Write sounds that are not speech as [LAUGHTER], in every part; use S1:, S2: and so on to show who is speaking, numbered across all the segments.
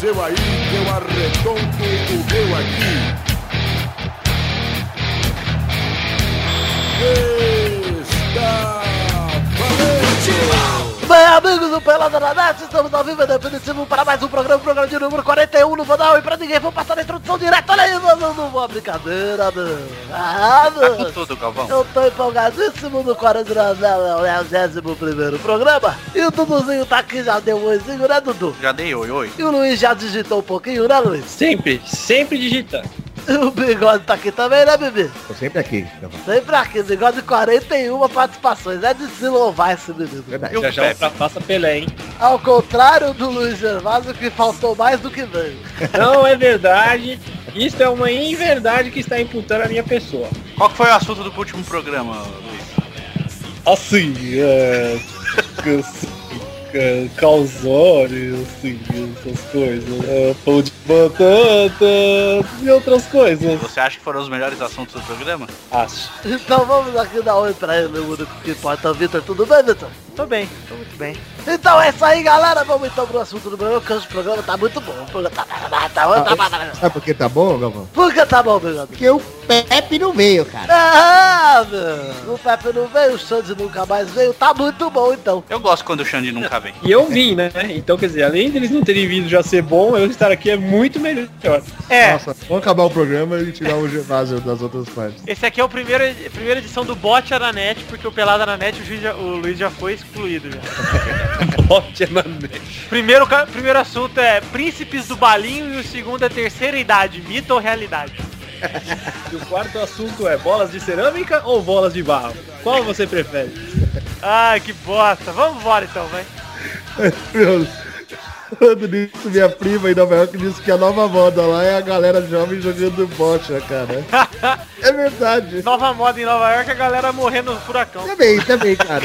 S1: seu aí, que eu arredonto o meu aqui. Está valente!
S2: Bem, amigos do Pelada na Net, estamos ao vivo e definitivo para mais um programa, programa de número 41 no Vodal e pra ninguém, vou passar a introdução direto, olha aí, mano, não vou, brincadeira, mano. Ah,
S3: Tá com
S2: mano.
S3: tudo, Galvão.
S2: Eu tô empolgadíssimo no 41 primeiro programa. E o Duduzinho tá aqui, já deu um oizinho, né, Dudu?
S3: Já dei oi, oi.
S2: E o Luiz já digitou um pouquinho, né, Luiz?
S4: Sempre, sempre digitando.
S2: E o Bigode tá aqui também, né, Bibi?
S5: Tô sempre aqui. Galvão.
S2: Sempre aqui, Bigode 41 participações. É de se louvar esse menino.
S5: Verdade.
S3: E o
S4: Já já
S3: Pepe?
S4: ultrapassa Pelé, hein?
S2: Ao contrário do Luiz Gervásio, que faltou mais do que veio.
S4: Não é verdade. Isso é uma inverdade que está imputando a minha pessoa.
S3: Qual que foi o assunto do último programa, Luiz?
S4: Assim, é... assim, é, Calzone, assim, essas coisas. é, Pão de batata e outras coisas.
S3: Você acha que foram os melhores assuntos do programa?
S4: Acho.
S2: Então vamos aqui dar oi pra ele, o único que importa, Vitor. Tudo bem, Vitor?
S6: Tô bem, tô muito bem.
S2: Então é isso aí, galera. Vamos então pro assunto do programa, que hoje o programa tá muito bom. O programa tá- tá- tá-
S6: Ah,
S2: tá- tá- tá-
S5: Sabe por que tá bom, Galvão?
S2: Porque tá bom, meu amigo.
S5: Porque o Pepe não veio, cara.
S2: Ah, meu. O Pepe não veio, o Sandy nunca mais veio. Tá muito bom, então.
S3: Eu gosto quando o Xande nunca vem.
S4: E eu vim, né? Então, quer dizer, além deles não terem vindo já ser bom, eu estar aqui é muito melhor.
S6: É,
S5: Nossa, vamos acabar o programa e tirar o Gervásio das outras partes.
S6: esse aqui é o primeiro, a primeira edição do bote Aranete, porque o Pelada Aranete, o, juiz já- o Luiz já foi excluído. já.
S4: Bote na net.
S6: Primeiro, ca- primeiro assunto é Príncipes do Balinho e o segundo é Terceira Idade, mito ou realidade?
S4: E o quarto assunto é bolas de cerâmica ou bolas de barro? Qual você prefere?
S6: Ai, Ah, que bosta. Vamos embora então, vai.
S5: Meu, Falando nisso, minha prima em Nova York disse que a nova moda lá é a galera jovem jogando bocha, cara.
S6: [LAUGHS]
S5: É verdade.
S6: Nova moda em Nova York, a galera morrendo no furacão.
S5: Também, também, cara.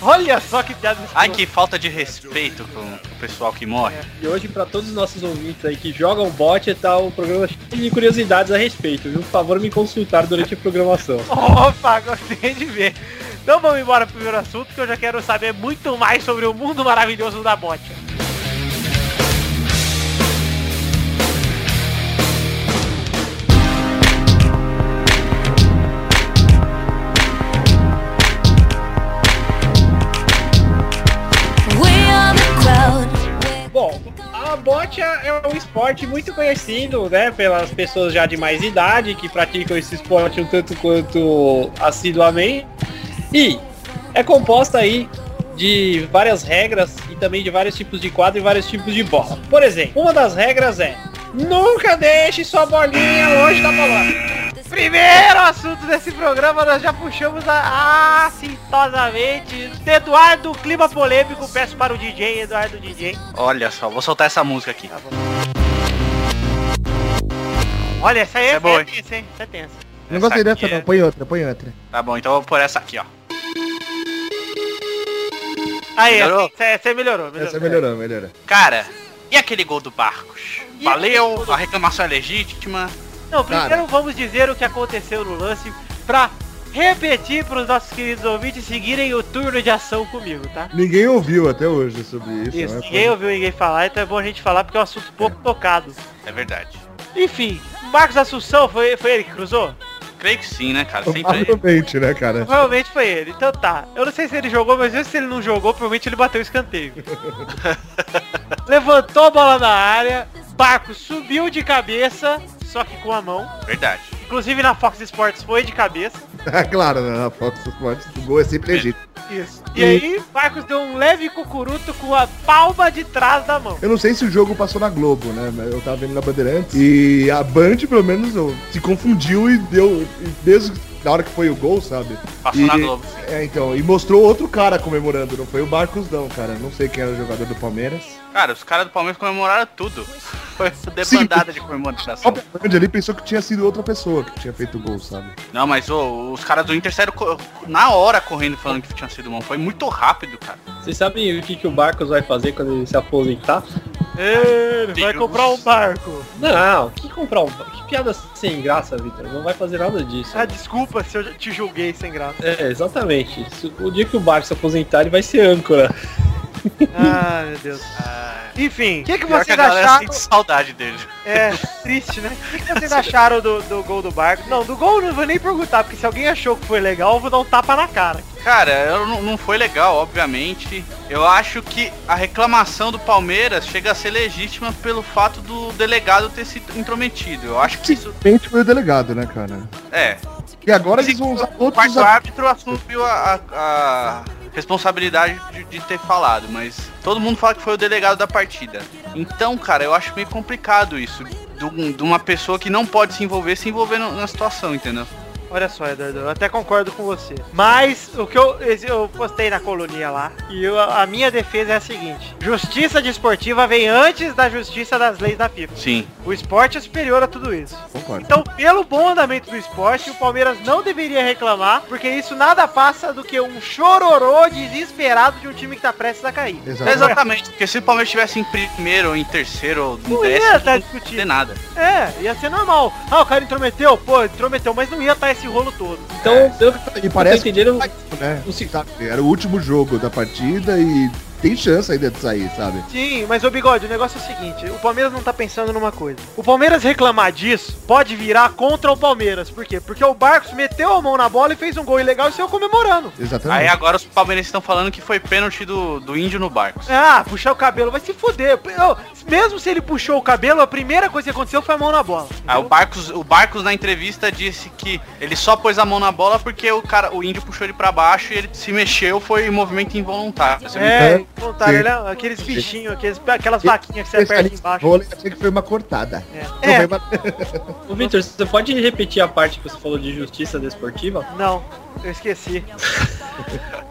S6: Olha só que piada.
S3: Ai, que falta de respeito com o pessoal que morre.
S4: E hoje, para todos os nossos ouvintes aí que jogam bot e tal, o programa é cheio de curiosidades a respeito, viu? Por favor, me consultar durante a programação.
S6: Opa, gostei de ver. Então vamos embora pro primeiro assunto que eu já quero saber muito mais sobre o mundo maravilhoso da bote.
S7: We are the crowd.
S4: Bom, a bote é um esporte muito conhecido, né, pelas pessoas já de mais idade que praticam esse esporte um tanto quanto assiduamente. E é composta aí de várias regras e também de vários tipos de quadro e vários tipos de bola. Por exemplo, uma das regras é nunca deixe sua bolinha longe da bola.
S6: Primeiro assunto desse programa, nós já puxamos a, acintosamente de Eduardo Clima Polêmico. Peço para o DJ, Eduardo DJ.
S3: Olha só, vou soltar essa música
S6: Tá
S3: aqui.
S6: Olha, essa aí
S3: Isso é
S6: essa
S3: bom,
S6: aí é
S3: hein?
S6: tensa, hein? Essa é tensa.
S5: Não gostei
S3: Essa aqui
S5: dessa
S3: é-
S5: não, põe outra, põe outra.
S3: Tá bom, então eu vou pôr essa aqui, ó.
S6: Aí,
S3: Melhorou?
S6: essa, essa é aí melhorou, melhorou.
S5: Essa é melhorou, melhorou.
S3: Cara, e aquele gol do Barcos?
S6: E aquele gol
S3: Valeu,
S6: do-
S3: a reclamação é legítima.
S6: Não, primeiro
S5: Cara.
S6: vamos dizer o que aconteceu no lance pra repetir para os nossos queridos ouvintes seguirem o turno de ação comigo, tá?
S5: Ninguém ouviu até hoje sobre isso.
S6: Isso,
S5: né?
S6: ninguém ouviu ninguém falar, então é bom a gente falar porque é um assunto pouco tocado.
S3: É verdade.
S6: Enfim, Marcos Assunção foi, foi ele que cruzou?
S3: Creio que sim, né, cara? Sempre ele.
S5: Provavelmente, né, cara? [LAUGHS]
S6: Provavelmente foi ele, então tá. Eu não sei se ele jogou, mas mesmo se ele não jogou, provavelmente ele bateu o escanteio. Levantou a bola na área, Barco subiu de cabeça, só que com a mão.
S3: Verdade.
S6: Inclusive na Fox Sports foi de cabeça.
S5: claro, né? A Fox Sports, o gol é sempre legítimo.
S6: Isso. E aí, Marcos deu um leve cucuruto com a palma de trás da mão.
S5: Eu não sei se o jogo passou na Globo, né? Mas eu tava vendo na Bandeirantes. E a Band, pelo menos, eu- se confundiu e deu. e Desde na hora que foi o gol, sabe?
S3: Passou
S5: E-
S3: na Globo. sim.
S5: É, então. E mostrou outro cara comemorando. Não foi o Marcos, não, cara. Não sei quem era o jogador do Palmeiras.
S3: Cara, os caras do Palmeiras comemoraram tudo. [LAUGHS] Foi uma debandada de
S5: Só
S3: comemoração.
S5: a Band ali pensou que tinha sido outra pessoa que tinha feito o gol, sabe?
S3: Não, mas ô, os caras do Inter saíram co- na hora correndo falando que tinha sido mão. Foi muito rápido, cara.
S4: Vocês sabem o que, que o Barcos vai fazer quando ele se aposentar?
S6: Ele vai
S3: Deus.
S6: comprar um barco.
S4: Não, que comprar um... Que piada sem graça, Vitor. Não vai fazer nada disso.
S6: Ah, desculpa se eu te julguei sem graça.
S4: É, exatamente. Se- O dia que o Barcos se aposentar, ele vai ser âncora.
S6: [LAUGHS] Ah, meu Deus.
S3: Ah,
S6: Enfim, o que, que
S3: Pior que a
S6: vocês
S3: galera
S6: acharam?
S3: sente saudade dele. [LAUGHS]
S6: É, triste, né? O que, que vocês acharam do, do gol do barco? Não, do gol eu não vou nem perguntar, porque se alguém achou que foi legal, eu vou dar um tapa na cara.
S3: Cara, eu não, não foi legal, obviamente. Eu acho que a reclamação do Palmeiras chega a ser legítima pelo fato do delegado ter se intrometido. Eu acho que isso.
S5: Gente, foi o delegado, né, cara?
S3: É.
S5: E agora eles vão usar
S3: O
S5: outros
S3: quarto árbitro assumiu a, a- a responsabilidade de, de ter falado, mas todo mundo fala que foi o delegado da partida. Então, cara, eu acho meio complicado isso. De, um- de uma pessoa que não pode se envolver, se envolver no- na situação, entendeu?
S6: Olha só, Eduardo, eu até concordo com você. Mas o que eu, esse- eu postei na coluninha lá, e eu- a minha defesa é a seguinte. Justiça desportiva vem antes da justiça das leis da FIFA.
S3: Sim.
S6: O esporte é superior a tudo isso.
S5: Concordo.
S6: Então, pelo bom andamento do esporte, o Palmeiras não deveria reclamar, porque isso nada passa do que um chororô desesperado de um time que tá prestes a cair.
S5: Exato.
S3: Exatamente, porque se o Palmeiras estivesse em primeiro, ou em terceiro, ou em
S6: Não ia
S3: décimo,
S6: estar
S3: não ia ter
S6: discutindo.
S3: nada.
S6: É, ia ser normal. Ah, o cara intrometeu? Pô, intrometeu, mas não ia estar esse rolo todo.
S4: Então, pelo que
S5: E parece
S4: tô entendendo,
S5: que né?
S4: o se-
S5: Sabe, Era o último jogo da partida e tem chance ainda de sair, sabe?
S6: Sim, mas ô bigode, o negócio é o seguinte, o Palmeiras não tá pensando numa coisa. O Palmeiras reclamar disso pode virar contra o Palmeiras. Por quê? Porque o Barcos meteu a mão na bola e fez um gol ilegal e saiu comemorando.
S5: Exatamente.
S3: Aí agora os palmeirenses estão falando que foi pênalti do, do índio no barco.
S6: Ah, puxar o cabelo, vai se foder. Eu- mesmo se ele puxou o cabelo, a primeira coisa que aconteceu foi a mão na bola.
S3: Aí Ah, o Barcos, o Barcos na entrevista disse que ele só pôs a mão na bola porque o cara, o índio puxou ele pra baixo e ele se mexeu, foi um movimento involuntário. Você me-
S6: É,
S5: Sim.
S6: contaram, né? Aqueles bichinhos, aqueles, aquelas vaquinhas que você aperta
S5: Especialista em
S6: embaixo.
S5: vôlei, achei que foi uma cortada.
S6: É.
S5: Não,
S6: É,
S5: foi uma- [LAUGHS]
S4: Ô, Victor, você pode repetir a parte que você falou de justiça desportiva?
S6: não, eu esqueci.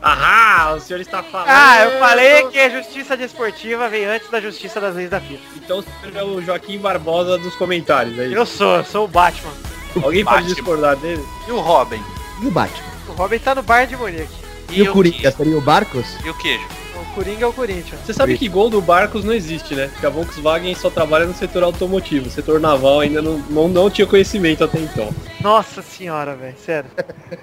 S4: Ahá, o senhor está falando.
S6: Ah, eu falei que a justiça desportiva vem antes da justiça das leis da FIFA.
S4: Então você é o Joaquim Barbosa dos comentários aí.
S6: Eu sou, eu sou o Batman.
S4: Alguém pode
S3: Batman.
S4: discordar dele?
S3: E o Robin?
S5: E o Batman?
S6: O Robin tá no bar de Munique.
S5: E, o Coringa? Seria o Barcos?
S3: E o queijo?
S6: O Coringa é o Corinthians.
S4: Você sabe que gol do Barcos não existe, né? Porque a Volkswagen só trabalha no setor automotivo. O setor naval ainda não, não, não tinha conhecimento até então.
S6: Nossa senhora, velho, sério.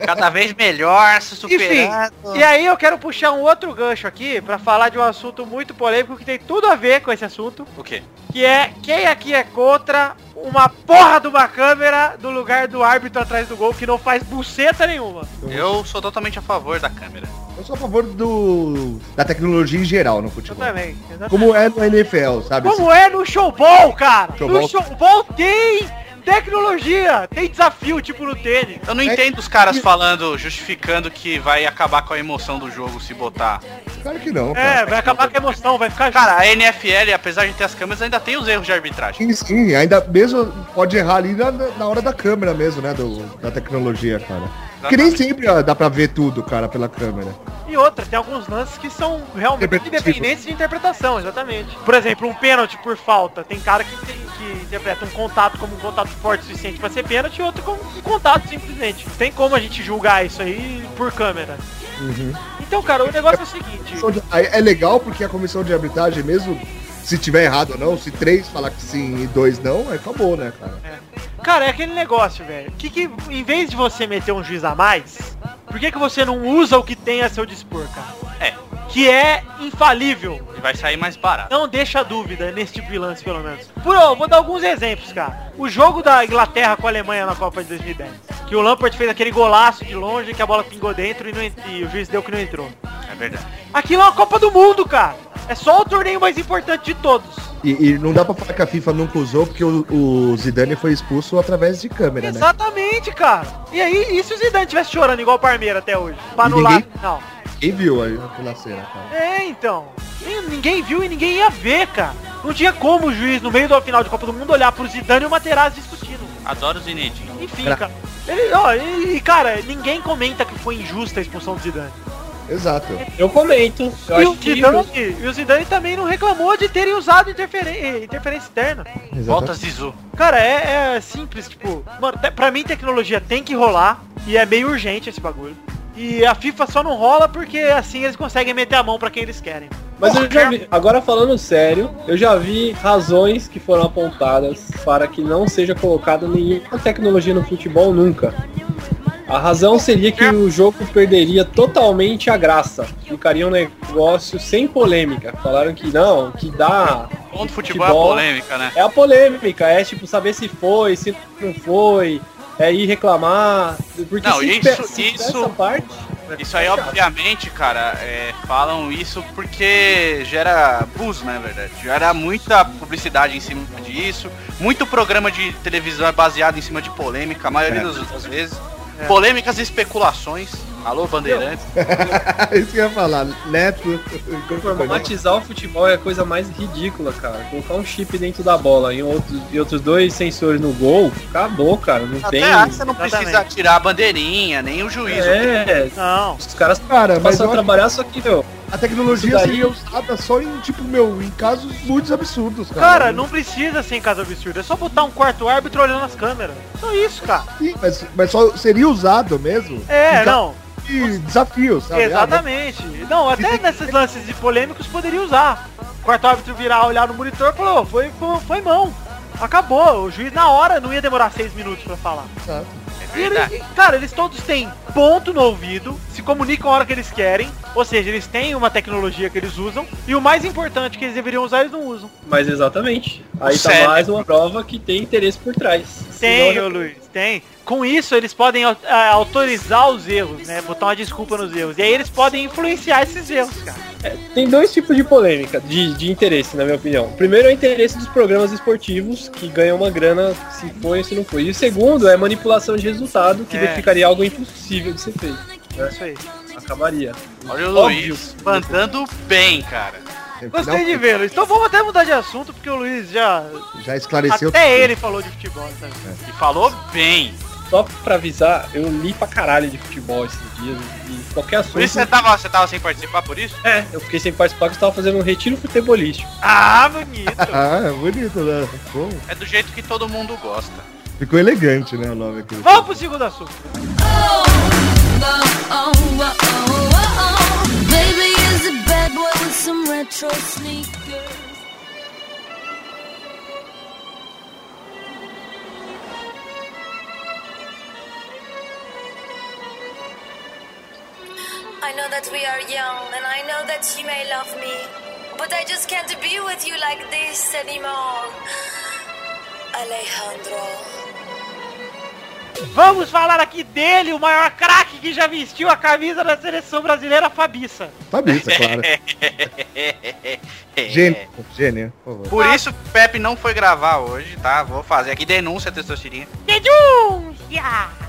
S3: Cada vez melhor, se
S6: Enfim,
S3: superando.
S6: e aí eu quero puxar um outro gancho aqui pra falar de um assunto muito polêmico que tem tudo a ver com esse assunto,
S3: O quê?
S6: que é quem aqui é contra uma porra de uma câmera do lugar do árbitro atrás do gol que não faz buceta nenhuma.
S3: Eu sou totalmente a favor da câmera.
S5: Eu sou a favor do da tecnologia em geral no
S6: Eu
S5: futebol.
S6: também. exatamente.
S5: Como é no NFL, sabe?
S6: Como é no showball, cara? No
S5: Showball.
S6: showball tem tecnologia, tem desafio, tipo no tênis.
S3: Eu não
S5: É
S3: entendo os caras falando, justificando que vai acabar com a emoção do jogo se botar.
S5: Claro que não.
S6: É,
S5: cara.
S6: vai acabar com a emoção, vai ficar...
S3: Cara, a NFL, apesar de ter as câmeras, ainda tem os erros de arbitragem.
S5: Sim, sim, ainda mesmo pode errar ali na, na hora da câmera mesmo, né? do- da tecnologia, cara. Que nem sempre ó, dá pra ver tudo, cara, pela câmera.
S6: E outra, tem alguns lances que são realmente
S5: Repetitivo.
S6: independentes de interpretação, exatamente. Por exemplo, um pênalti por falta. Tem cara que, tem- que interpreta um contato como um contato forte o suficiente pra ser pênalti e outro como um contato simplesmente. Tem como a gente julgar isso aí por câmera. Então, cara, o negócio é o seguinte.
S5: Comissão de- aí É legal porque a comissão de arbitragem, mesmo se tiver errado ou não, se três falar que sim e dois não, aí acabou, né, cara?
S6: Cara, é aquele negócio, velho. Que que, em vez de você meter um juiz a mais, por que que você não usa o que tem a seu dispor, cara?
S3: É.
S6: Que é infalível.
S3: E vai sair mais barato.
S6: Não deixa dúvida nesse tipo de lance, pelo menos. Por, ó, vou dar alguns exemplos, cara. O jogo da Inglaterra com a Alemanha na Copa de 2010. Que o Lampard fez aquele golaço de longe que a bola pingou dentro e, não en- e o juiz deu que não entrou.
S3: É verdade.
S6: Aquilo é uma Copa do Mundo, cara. É só o torneio mais importante de todos.
S5: E, e não dá pra falar que a FIFA nunca usou porque o, o Zidane foi expulso através de câmera, né?
S6: Exatamente, cara. E aí, e se o Zidane tivesse chorando igual o Parmeira até hoje? Pra
S5: E
S6: anular
S5: ninguém-
S6: a final.
S5: Quem viu aí aquela cena, cara?
S6: É, então. E Ninguém viu e ninguém ia ver, cara. Não tinha como o juiz, no meio da final de Copa do Mundo, olhar pro Zidane e o Materazzi discutindo.
S3: Adoro os inedinhos.
S6: Enfim,
S5: Gra-
S6: cara. Ele, ó, e, e, cara, ninguém comenta que foi injusta a expulsão do Zidane.
S5: Exato.
S4: Eu comento. Eu
S6: E
S4: acho
S6: o,
S4: que
S6: Zidane, e o Zidane também não reclamou de terem usado interferen- interferência externa.
S3: Volta Zizu.
S6: Cara, é, é simples, tipo, mano, te- pra mim tecnologia tem que rolar e é meio urgente esse bagulho. E a FIFA só não rola porque assim eles conseguem meter a mão pra quem eles querem.
S4: Mas eu já vi, agora falando sério, eu já vi razões que foram apontadas para que não seja colocada nenhuma tecnologia no futebol nunca. A razão seria que o jogo perderia totalmente a graça. Ficaria um negócio sem polêmica. Falaram que não, que dá.
S3: Ponto futebol,
S4: Futebol.
S3: é polêmica, né?
S4: É a polêmica, é tipo saber se foi, se não foi, é ir reclamar. Porque
S3: Não,
S4: se
S3: isso-
S4: espe- se tiver
S3: isso-
S4: essa parte.
S3: Isso aí, obviamente, cara, é, falam isso porque gera buzz, na verdade. Gera muita publicidade em cima disso, muito programa de televisão é baseado em cima de polêmica, a maioria das, das vezes.
S4: É.
S3: Polêmicas e especulações. Alô, Bandeirantes.
S5: [LAUGHS] Isso que eu ia falar. Neto.
S4: Formatizar o futebol é a coisa mais ridícula, cara. Colocar um chip dentro da bola e, outro, e outros dois sensores no gol, acabou, cara. Não
S3: Até
S4: tem.
S3: acho que
S6: né?
S3: você não precisa
S6: Exatamente.
S3: tirar a bandeirinha, nem o juiz.
S4: É,
S6: Não.
S4: os caras
S5: Cara, mas
S4: passam
S5: eu
S4: a
S5: acho
S4: trabalhar, só que, meu,
S5: que a tecnologia
S4: Isso daí-
S5: seria usada só em, tipo, meu, em casos muito absurdos, cara.
S6: Cara, não precisa ser em caso absurdo. É só botar um quarto árbitro olhando as câmeras. Só isso, cara.
S5: Sim, mas, mas só seria usado mesmo
S6: É,
S5: Então,
S6: não.
S5: em desafios, sabe? Ah,
S6: Exatamente. Não, até nesses lances de polêmicos poderia usar. O quarto árbitro virar, olhar no monitor e falou, foi, foi, foi mão. Acabou. O juiz na hora não ia demorar seis minutos pra falar.
S5: Ah, tá.
S6: E eles- e, cara, eles todos têm ponto no ouvido, se comunicam a hora que eles querem, ou seja, eles têm uma tecnologia que eles usam, e o mais importante que eles deveriam usar, eles não usam.
S4: mas exatamente. Aí tá
S3: Sério?
S4: mais uma prova que tem interesse por trás.
S6: Tem,
S4: Senão-
S6: ô Luiz, tem. Com isso, eles podem au- ah, autorizar os erros, né? Botar uma desculpa nos erros. E aí eles podem influenciar esses erros, cara.
S4: é, Tem dois tipos de polêmica, de, de interesse, na minha opinião. O primeiro é o interesse dos programas esportivos, que ganham uma grana se foi ou se não foi. E o segundo é manipulação de resultado, que
S6: É.
S4: ficaria algo impossível de ser feito.
S6: É isso aí.
S4: Acabaria.
S3: Olha o
S4: Óbvio.
S3: Luiz mandando bem, cara.
S6: Gostei de ver, Luiz. Então vamos até mudar de assunto, porque o Luiz já...
S5: um- Já esclareceu.
S6: Até ele falou de futebol, tá sabe?
S3: E falou bem.
S4: Só pra avisar, eu li pra caralho de futebol esses dias, e qualquer assunto.
S3: Por isso é você tava, você tava sem participar por isso?
S4: É, eu fiquei sem participar porque eu tava fazendo um retiro futebolístico.
S6: Ah, bonito.
S5: [LAUGHS] Ah, é bonito, né? Bom,
S3: É do jeito que todo mundo gosta. [LAUGHS]
S5: ficou elegante, né, o nome aqui.
S6: vamos pro segundo assunto.
S7: Baby is a bad boy with some retro sneakers.
S8: I know that we are young, and I know that you may love me, but I just can't be with you like this anymore. Alejandro.
S6: Vamos falar aqui dele, o maior craque que já vestiu a camisa da seleção brasileira, Fabiça.
S5: Fabiça, é
S6: [LAUGHS]
S5: claro. É. Gênio, gênio, por favor.
S3: Por isso que o Pepe não foi gravar hoje, tá? Vou fazer aqui denúncia, testosterinha.
S6: Denúncia!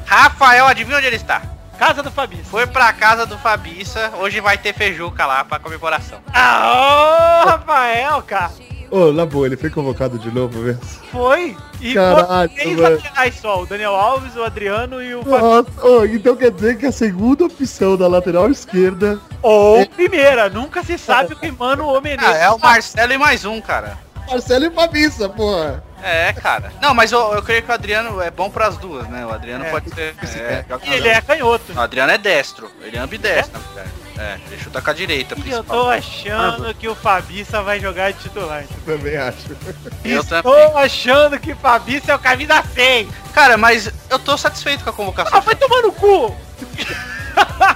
S3: Rafael, adivinha onde ele está?
S6: Casa do Fabiça.
S3: Foi pra casa do Fabiça, hoje vai ter feijuca lá pra comemoração.
S6: Ah, ô, Rafael, cara.
S5: Ô, Labu, ele foi convocado de novo mesmo?
S6: Foi. E
S5: Caralho, Ah,
S6: foi três
S5: mano.
S6: laterais só. O Daniel Alves, o Adriano e o Fabiça.
S5: Nossa, ô, então quer dizer que a segunda opção da lateral esquerda
S6: Ou primeira. Nunca se sabe o que mano o Menezes.
S3: Ah, é o Marcelo e mais um, cara.
S5: Marcelo e Fabiça, porra.
S3: É, cara. Não, mas eu, eu creio que o Adriano é bom pras duas, né? O Adriano
S6: É.
S3: pode ser. É, joga
S6: E ele é canhoto.
S3: O Adriano é destro, ele é ambidestro, na verdade. É, ele chuta com a direita,
S6: E eu
S3: principal.
S6: tô achando que o Fabiça vai jogar de titular.
S5: Também acho.
S3: Eu também.
S6: Tô achando que Fabiça é o camisa 100.
S3: Cara, mas eu tô satisfeito com a convocação.
S6: Ah, vai tomar no cu.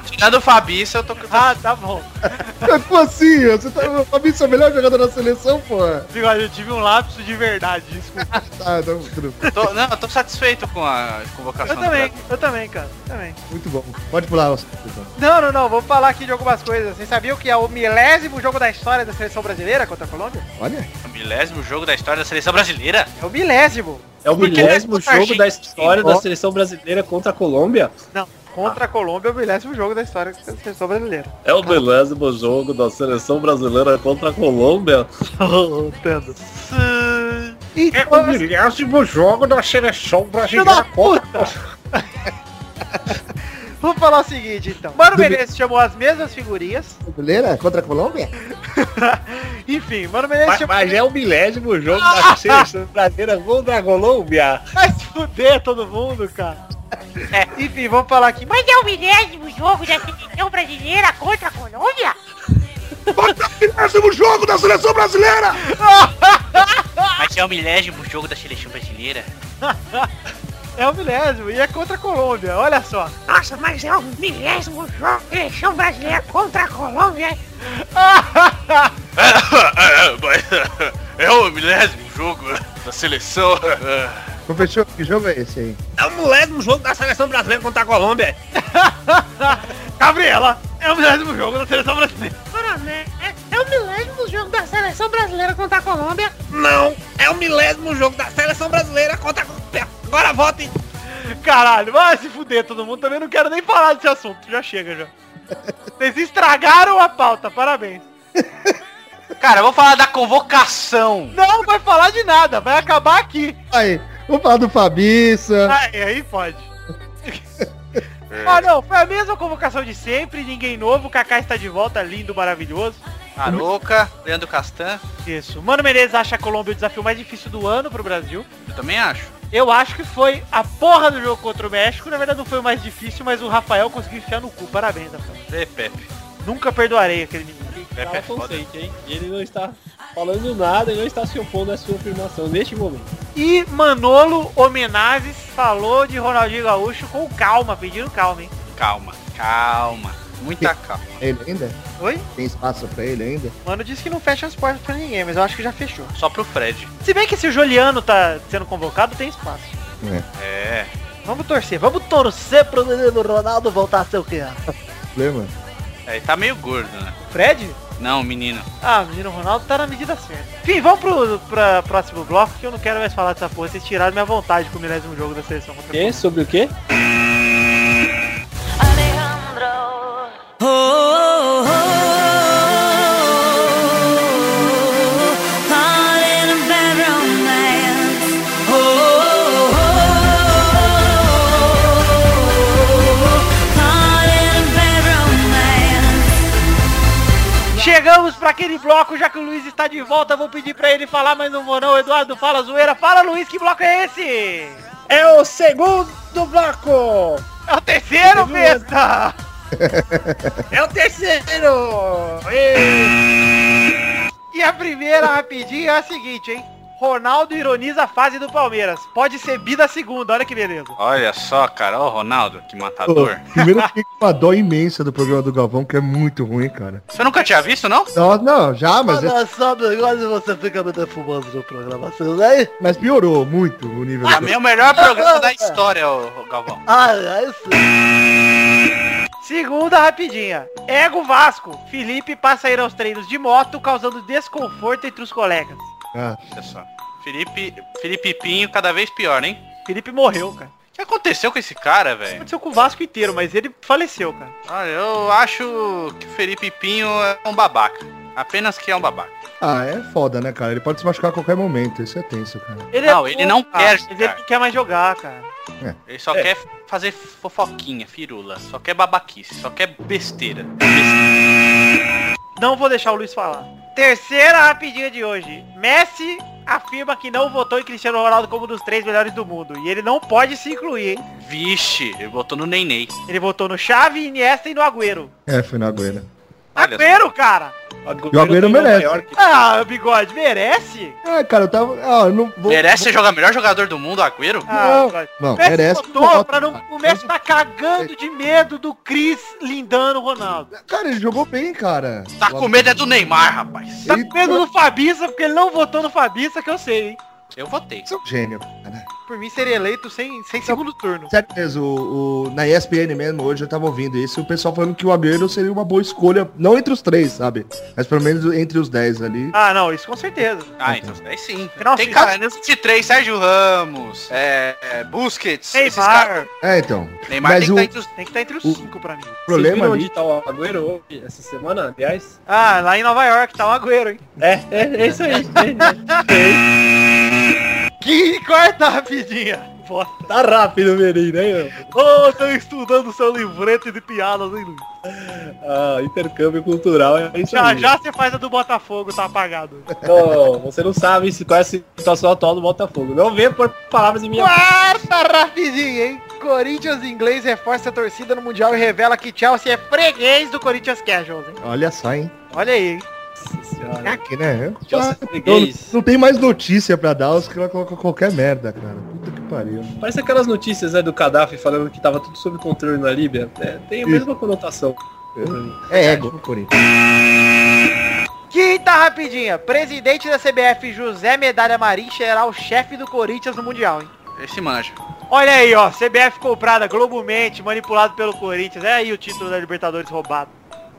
S3: Tirando o Fabiça, eu tô.
S6: Ah, tá bom.
S5: Mas Como assim? Você tá... o Fabiça é o melhor jogador da seleção, porra.
S6: Bigode, eu tive um lapso de verdade, desculpa.
S5: Tá, tá tudo bem.
S3: tô- não, eu tô satisfeito com a convocação.
S6: Eu
S3: do
S6: também,
S3: Brasil.
S6: eu também, cara, também.
S5: muito bom. Pode pular. Oscar, então.
S6: Não, não, não, vou falar aqui de algumas coisas. Vocês sabiam que é o milésimo jogo da história da seleção brasileira contra a Colômbia?
S5: Olha.
S3: O milésimo jogo da história da seleção brasileira?
S6: É o milésimo.
S4: É o
S3: Por que
S4: milésimo
S3: não é contra a
S4: jogo da
S3: Argentina?
S4: história da seleção brasileira contra a Colômbia.
S6: Não, contra a
S4: Ah.
S6: Colômbia é o milésimo jogo da história da seleção brasileira.
S4: É o milésimo jogo da seleção brasileira contra a Colômbia.
S6: Então,
S4: É milésimo jogo da seleção
S6: filho da puta! Vamos falar o seguinte, então. Mano Menezes chamou as mesmas figurinhas.
S5: Brasileira contra a Colômbia?
S6: [LAUGHS] Enfim, Mano Menezes chamou...
S4: é o milésimo jogo da seleção brasileira contra a Colômbia.
S6: Vai se fuder todo mundo, cara. [LAUGHS] É, enfim, vamos falar aqui. Mas é o milésimo jogo da seleção brasileira contra a Colômbia?
S5: Décimo jogo da seleção brasileira!
S3: [LAUGHS] Mas é o milésimo jogo da seleção brasileira?
S6: É o milésimo e é contra a Colômbia, olha só.
S9: Nossa, mas é o milésimo jogo da seleção brasileira contra a Colômbia.
S3: É o milésimo jogo da seleção.
S5: Professor, que jogo é esse aí?
S4: É o milésimo jogo da seleção brasileira contra a Colômbia.
S6: Gabriela, é o milésimo jogo da seleção brasileira.
S9: Coronel, é, é o milésimo jogo da seleção brasileira contra a Colômbia.
S4: Não, é o milésimo jogo da seleção brasileira contra a Colômbia. Agora votem.
S6: Caralho, vai se fuder todo mundo, também não quero nem falar desse assunto, já chega [LAUGHS] já. Vocês estragaram a pauta, parabéns.
S3: [LAUGHS] Cara, vamos falar da convocação.
S6: Não vai falar de nada, vai acabar aqui.
S5: Aí, vamos falar do Fabiça.
S6: Aí, aí [LAUGHS] pode. Ah não, foi a mesma convocação de sempre, ninguém novo, o Kaká está de volta, lindo, maravilhoso.
S3: Aroca, Leandro Castan,
S6: Isso. Mano Menezes acha a Colômbia o desafio mais difícil do ano pro Brasil.
S3: eu também acho.
S6: Eu acho que foi a porra do jogo contra o México. Na verdade não foi o mais difícil, mas o Rafael conseguiu enfiar no cu. Parabéns, Rafael.
S3: Vê, Pepe.
S6: Nunca perdoarei aquele menino.
S3: Pepe é foda.
S4: Conceito, hein? Ele não está falando nada, ele não está se opondo à sua afirmação neste momento.
S6: E Manolo Homenages falou de Ronaldinho Gaúcho com calma, pedindo calma, hein?
S3: Calma, calma. Muita calma.
S5: É Ele ainda?
S6: Oi?
S5: Tem espaço pra ele ainda?
S6: Mano disse que não fecha as portas pra ninguém, mas eu acho que já fechou.
S3: Só pro Fred.
S6: Se bem que se o Juliano tá sendo convocado, tem espaço.
S3: É.
S6: Vamos torcer, vamos torcer.
S2: Você pro menino Ronaldo voltar a ser o que era.
S5: Problema.
S3: é, Ele tá meio gordo, né?
S6: Fred?
S3: Não, menino.
S6: Ah, o menino Ronaldo tá na medida certa. Enfim, vamos pro pra próximo bloco que eu não quero mais falar dessa porra. Vocês tiraram minha vontade com o milésimo jogo da seleção contra a
S4: Que? Sobre o quê?
S8: Alejandro.
S6: Chegamos para aquele bloco, já que o Luiz está de volta, vou pedir para ele falar, mas não vou não. Eduardo, fala zoeira. Fala, Luiz, que bloco é esse?
S4: É o segundo bloco!
S6: É o terceiro,
S4: Teve um [LAUGHS]
S6: besta!
S4: É o terceiro! Ê,
S6: E a primeira rapidinha é a seguinte, hein? Ronaldo ironiza a fase do Palmeiras. Pode ser bi da segunda, olha que beleza.
S3: Olha só, cara. Ó, o Ronaldo, que matador.
S5: Ô, primeiro eu fiquei com uma dó imensa do programa do Galvão, que é muito ruim, cara.
S3: Você nunca tinha visto, não?
S5: Não, não já, mas,
S2: Olha só, meu, quase você fica me defumando no programa, vocês aí?
S5: é- mas piorou muito o nível
S3: É
S5: do...
S3: o melhor programa da história, ô, ô Galvão.
S2: Ai, ai, sim.
S6: Segunda rapidinha. Ego Vasco. Felipe passa a ir aos treinos de moto, causando desconforto entre os colegas.
S5: Ah,
S3: Olha só. Felipe, Felipe Pinho, cada vez pior, hein?
S6: Felipe morreu, cara.
S3: O que aconteceu com esse cara, velho?
S6: Aconteceu com o Vasco inteiro, mas ele faleceu, cara.
S3: Olha, eu acho que o Felipe Pinho é um babaca. Apenas que é um babaca.
S5: ah, é foda, né, cara? Ele pode se machucar a qualquer momento, isso é tenso, cara.
S6: Ele
S3: Não, ele não
S6: cara,
S3: quer
S6: Mas ele
S3: jogar.
S6: não quer mais jogar, cara.
S3: Ele só quer fazer fofoquinha, firula. Só quer babaquice, só quer besteira. Besteira.
S6: Não vou deixar o Luiz falar. Terceira rapidinha de hoje. Messi afirma que não votou em Cristiano Ronaldo como um dos três melhores do mundo. E ele não pode se incluir, hein?
S3: Vixe, ele botou no Neném.
S6: Ele votou no Xavi, Iniesta e no Agüero.
S5: É, foi na Goiânia.
S3: Olha só.
S6: Agüero, cara!
S5: E o Agüero merece.
S6: Ah, bigode, merece?
S5: Ah, cara, eu tava... Ah, eu não vou...
S3: Merece ser jogar melhor jogador do mundo, Agüero?
S6: Ah,
S5: Não,
S6: bigode.
S5: não,
S6: o Messi
S5: merece,
S6: votou
S5: não,
S6: pra não-
S5: cara.
S6: O Messi tá cagando de medo do Cris lindando o Ronaldo.
S5: Cara, ele jogou bem, cara.
S3: Tá com medo é do Neymar, rapaz.
S6: Tá
S5: Ele-
S6: com medo do Fabiça, porque ele não votou no Fabiça, que eu sei, hein?
S3: Eu votei.
S5: Você é um gênio, cara.
S6: Por mim seria eleito sem, sem segundo turno.
S5: Sério mesmo, o, o- na ESPN mesmo, hoje eu tava ouvindo isso, o pessoal falando que o Agüero seria uma boa escolha, não entre os três, sabe? Mas pelo menos entre os dez ali.
S6: Ah, não, isso com certeza.
S3: Ah, então daí sim.
S6: Final
S3: Tem
S6: final.
S3: cara nesse 23, Sérgio Ramos, é, é, Busquets, esses
S6: Neymar,
S5: É, então.
S3: caras- Neymar
S5: Mas
S3: tem que
S5: o-
S3: estar entre os...
S6: tem que estar entre os
S5: O-
S6: cinco pra mim.
S5: O problema ali
S4: onde tá o Agüero hoje, essa semana, aliás?
S6: Ah, lá em Nova York tá um Agüero, [LAUGHS] hein?
S4: É, é, é isso aí.
S6: Que corta rapidinha.
S4: [LAUGHS]
S6: Bosta.
S4: tá rápido, menino, hein?
S6: Ô, tô estudando seu livreto de piadas, hein, Luiz?
S4: Ah, intercâmbio cultural é isso
S6: Já,
S4: aí.
S6: já você faz a do Botafogo, tá apagado.
S4: Não, você não sabe se, qual é a situação atual do Botafogo. Não venha por palavras em minha...
S6: Quarta rapidinha, hein? Corinthians inglês reforça a torcida no Mundial e revela que Chelsea é freguês do Corinthians Casuals, hein?
S5: Olha só, hein?
S6: Olha aí, hein?
S4: Nossa senhora.
S5: Aqui, né?
S4: Nossa,
S5: Ah,
S4: freguês.
S5: não, não tem mais notícia pra dar, os caras colocam qualquer merda, cara. Puta que pariu.
S4: Parece aquelas notícias né, do Gaddafi falando que tava tudo sob controle na Líbia. É, tem a mesma conotação.
S5: É ego, Corinthians.
S6: Quinta rapidinha. Presidente da CBF, José Medalha Marim, será o chefe do Corinthians no Mundial, hein?
S3: Esse manja.
S6: Olha aí, ó. CBF comprada globalmente, manipulado pelo Corinthians. É aí o título da Libertadores roubado.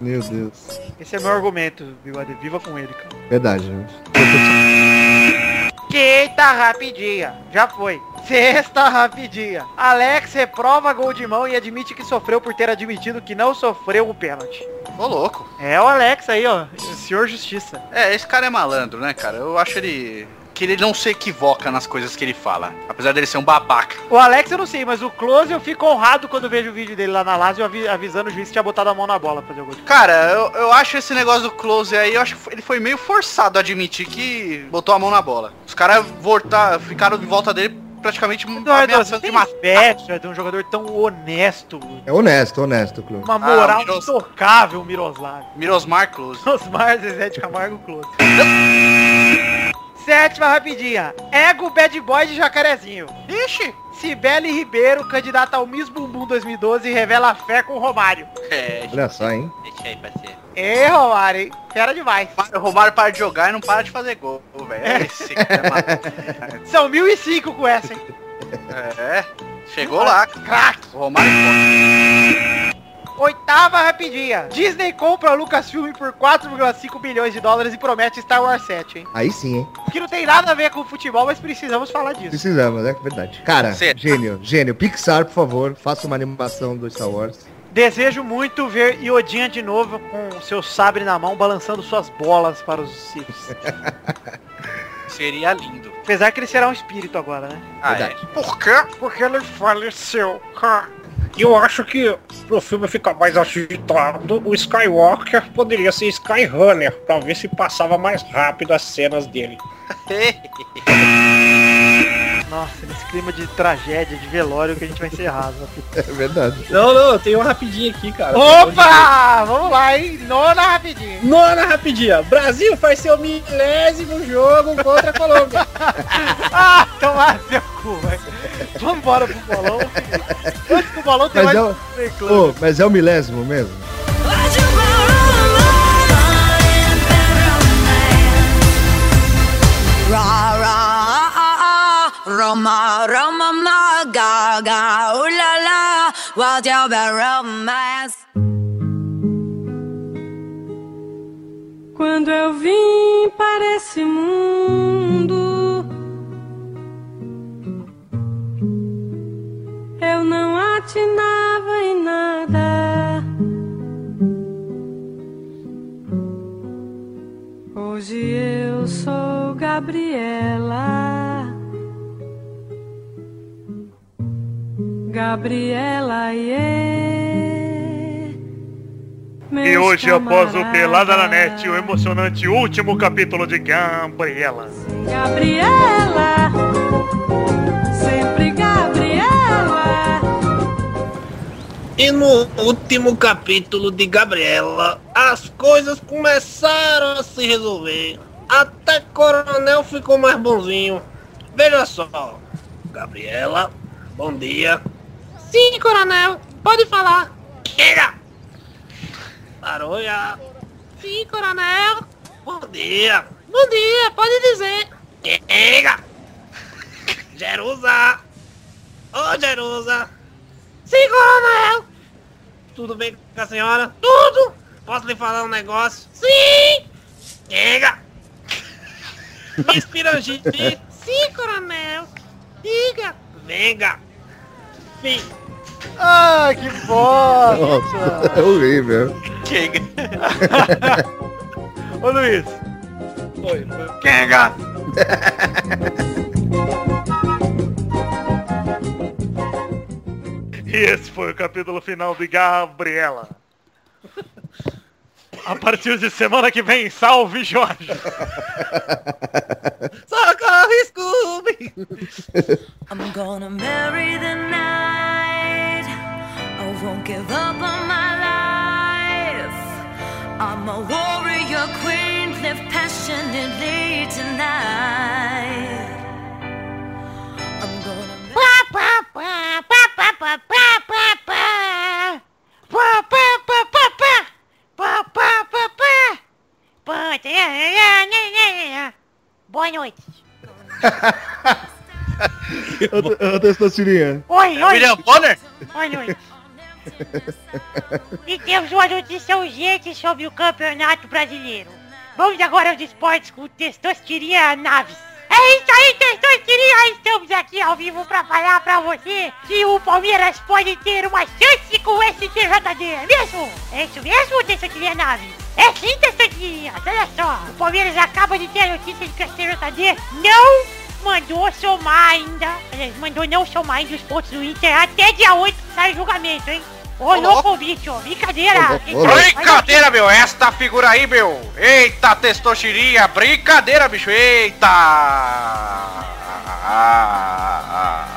S5: Meu Deus.
S6: Esse é meu argumento, Bigode. Viva com ele, cara.
S5: Verdade, gente.
S6: Quinta rapidinha. Já foi. Sexta rapidinha. Alex reprova gol de mão e admite que sofreu por ter admitido que não sofreu o pênalti.
S3: Ô, louco.
S6: É o Alex aí, ó. O senhor Justiça.
S3: É, esse cara é malandro, né, cara? Eu acho ele... Que ele não se equivoca nas coisas que ele fala. Apesar dele ser um babaca.
S6: O Alex eu não sei, mas o Close eu fico honrado quando vejo o vídeo dele lá na Lazio avi- avisando o juiz que tinha botado a mão na bola pra fazer o gol.
S3: Cara, eu, eu acho esse negócio do close aí, eu acho que ele foi meio forçado a admitir que botou a mão na bola. Os caras voltar, ficaram de volta dele praticamente
S6: Não, é
S3: ameaçando de
S6: tem
S3: matar.
S6: inveja de um jogador tão honesto,
S5: É honesto, honesto, Clô.
S6: uma moral
S3: o Miros-
S6: intocável, Miroslav. [LAUGHS]
S3: Mirosmar Close.
S6: Osmar, Zezé de Camargo, Close. [LAUGHS] Sétima rapidinha. Ego Bad Boy de Jacarezinho. Ixi! Cibele Ribeiro, candidata ao Miss Bumbum 2012, revela fé com o Romário.
S3: [LAUGHS] É,
S5: Olha só, hein?
S3: deixa aí, parceiro.
S6: Ê, Romário, hein? Fera demais.
S3: O Romário para de jogar e não para de fazer gol, velho. É esse cara, mano.
S6: São 1005 com essa, hein?
S3: É, chegou lá. Crack. O Romário...
S6: Oitava rapidinha. Disney compra a Lucasfilm por 4,5 bilhões de dólares e promete Star Wars 7, hein?
S5: Aí sim, hein?
S6: Que não tem nada a ver com futebol, mas precisamos falar disso.
S5: Precisamos, é verdade. Cara,
S3: Sim.
S5: gênio, gênio. Pixar, por favor, faça uma animação do Star Wars. [LAUGHS]
S6: Desejo muito ver Iodinha de novo com seu sabre na mão, balançando suas bolas para os Siths.
S3: Seria lindo.
S6: Apesar que ele será um espírito agora, né?
S3: Ah, é.
S5: Verdade.
S3: Por quê?
S6: Porque ele faleceu.
S4: Eu acho que pro filme ficar mais agitado, o Skywalker poderia ser Skyrunner, pra ver se passava mais rápido as cenas dele.
S6: Nossa, nesse clima de tragédia, de velório que a gente vai encerrar. né?
S5: É verdade.
S4: Não, não, tem uma rapidinha aqui, cara.
S6: Opa! Ah, Vamos lá, hein? Nona rapidinho.
S4: Nona é rapidinha. Brasil faz seu milésimo jogo contra a Colômbia.
S6: Ah, tomar seu cu, velho. Vambora pro
S2: [LAUGHS]
S6: bolão. Antes que o bolão tem
S5: Mas
S6: mais
S5: é,
S6: um
S5: o,
S6: Play Club.
S5: Ô, mas é o milésimo mesmo?
S7: Roma, Roma, ma, gaga, ooh la la, what's your romance? Quando eu vim para esse mundo, eu não atinava em nada. Hoje eu sou Gabriela. Gabriela, é yeah.
S10: E hoje, após o Pelada na Net, o emocionante último capítulo de Gabriela.
S7: Gabriela, sempre Gabriela.
S4: E no último capítulo de Gabriela, as coisas começaram a se resolver. Até Coronel ficou mais bonzinho. Veja só. Gabriela, bom dia. Sim, Coronel, pode falar. Chega! Parou já. Sim, Coronel. Bom dia. Bom dia, pode dizer. Chega! Jerusa! Ô, Jerusa! Sim, coronel! Tudo bem com a senhora? Tudo! Posso lhe falar um negócio? Sim! Chega! Miss Pirangi! Sim, coronel! Diga! Venga! Fim!
S6: Ah, que foda.
S5: Nossa, [LAUGHS] é horrível.
S3: Chega.
S6: Ô, Luiz.
S4: Foi, foi.
S3: Chega.
S10: E esse foi o capítulo final de Gabriela. A partir de semana que vem, salve Jorge!
S4: Socorro, Scooby!
S7: I'm gonna marry the night. I won't give up on my life. I'm a warrior queen, live passionately tonight. I'm gonna
S6: Pá, pá, pá, pá, pá, pá, pá, pá, pá. Pá, pá, pá, pá, pá. Pá, pá, pá, pá. Pá, tá, tá, tá, tá. Boa noite.
S5: Ô, Testosterinha.
S6: Oi, oi.
S5: William Bonner?
S6: É, Boa noite. E temos uma notícia urgente sobre o campeonato brasileiro. Vamos agora aos esportes com o Testosteria Naves. É isso aí, Testosteria! Estamos aqui ao vivo para falar para você que o Palmeiras pode ter uma chance com o STJD, é mesmo? É isso mesmo, Testosteria Naves? É sim, Testosteria! Olha só, o Palmeiras acaba de ter a notícia de que o STJD não mandou somar ainda, aliás, mandou não somar ainda os pontos do Inter até dia 8 sai o julgamento, hein? Ô, louco, bicho, brincadeira!
S3: Brincadeira, meu! Esta figura aí, meu! Eita, testosteria! Brincadeira, bicho! Eita! Ah,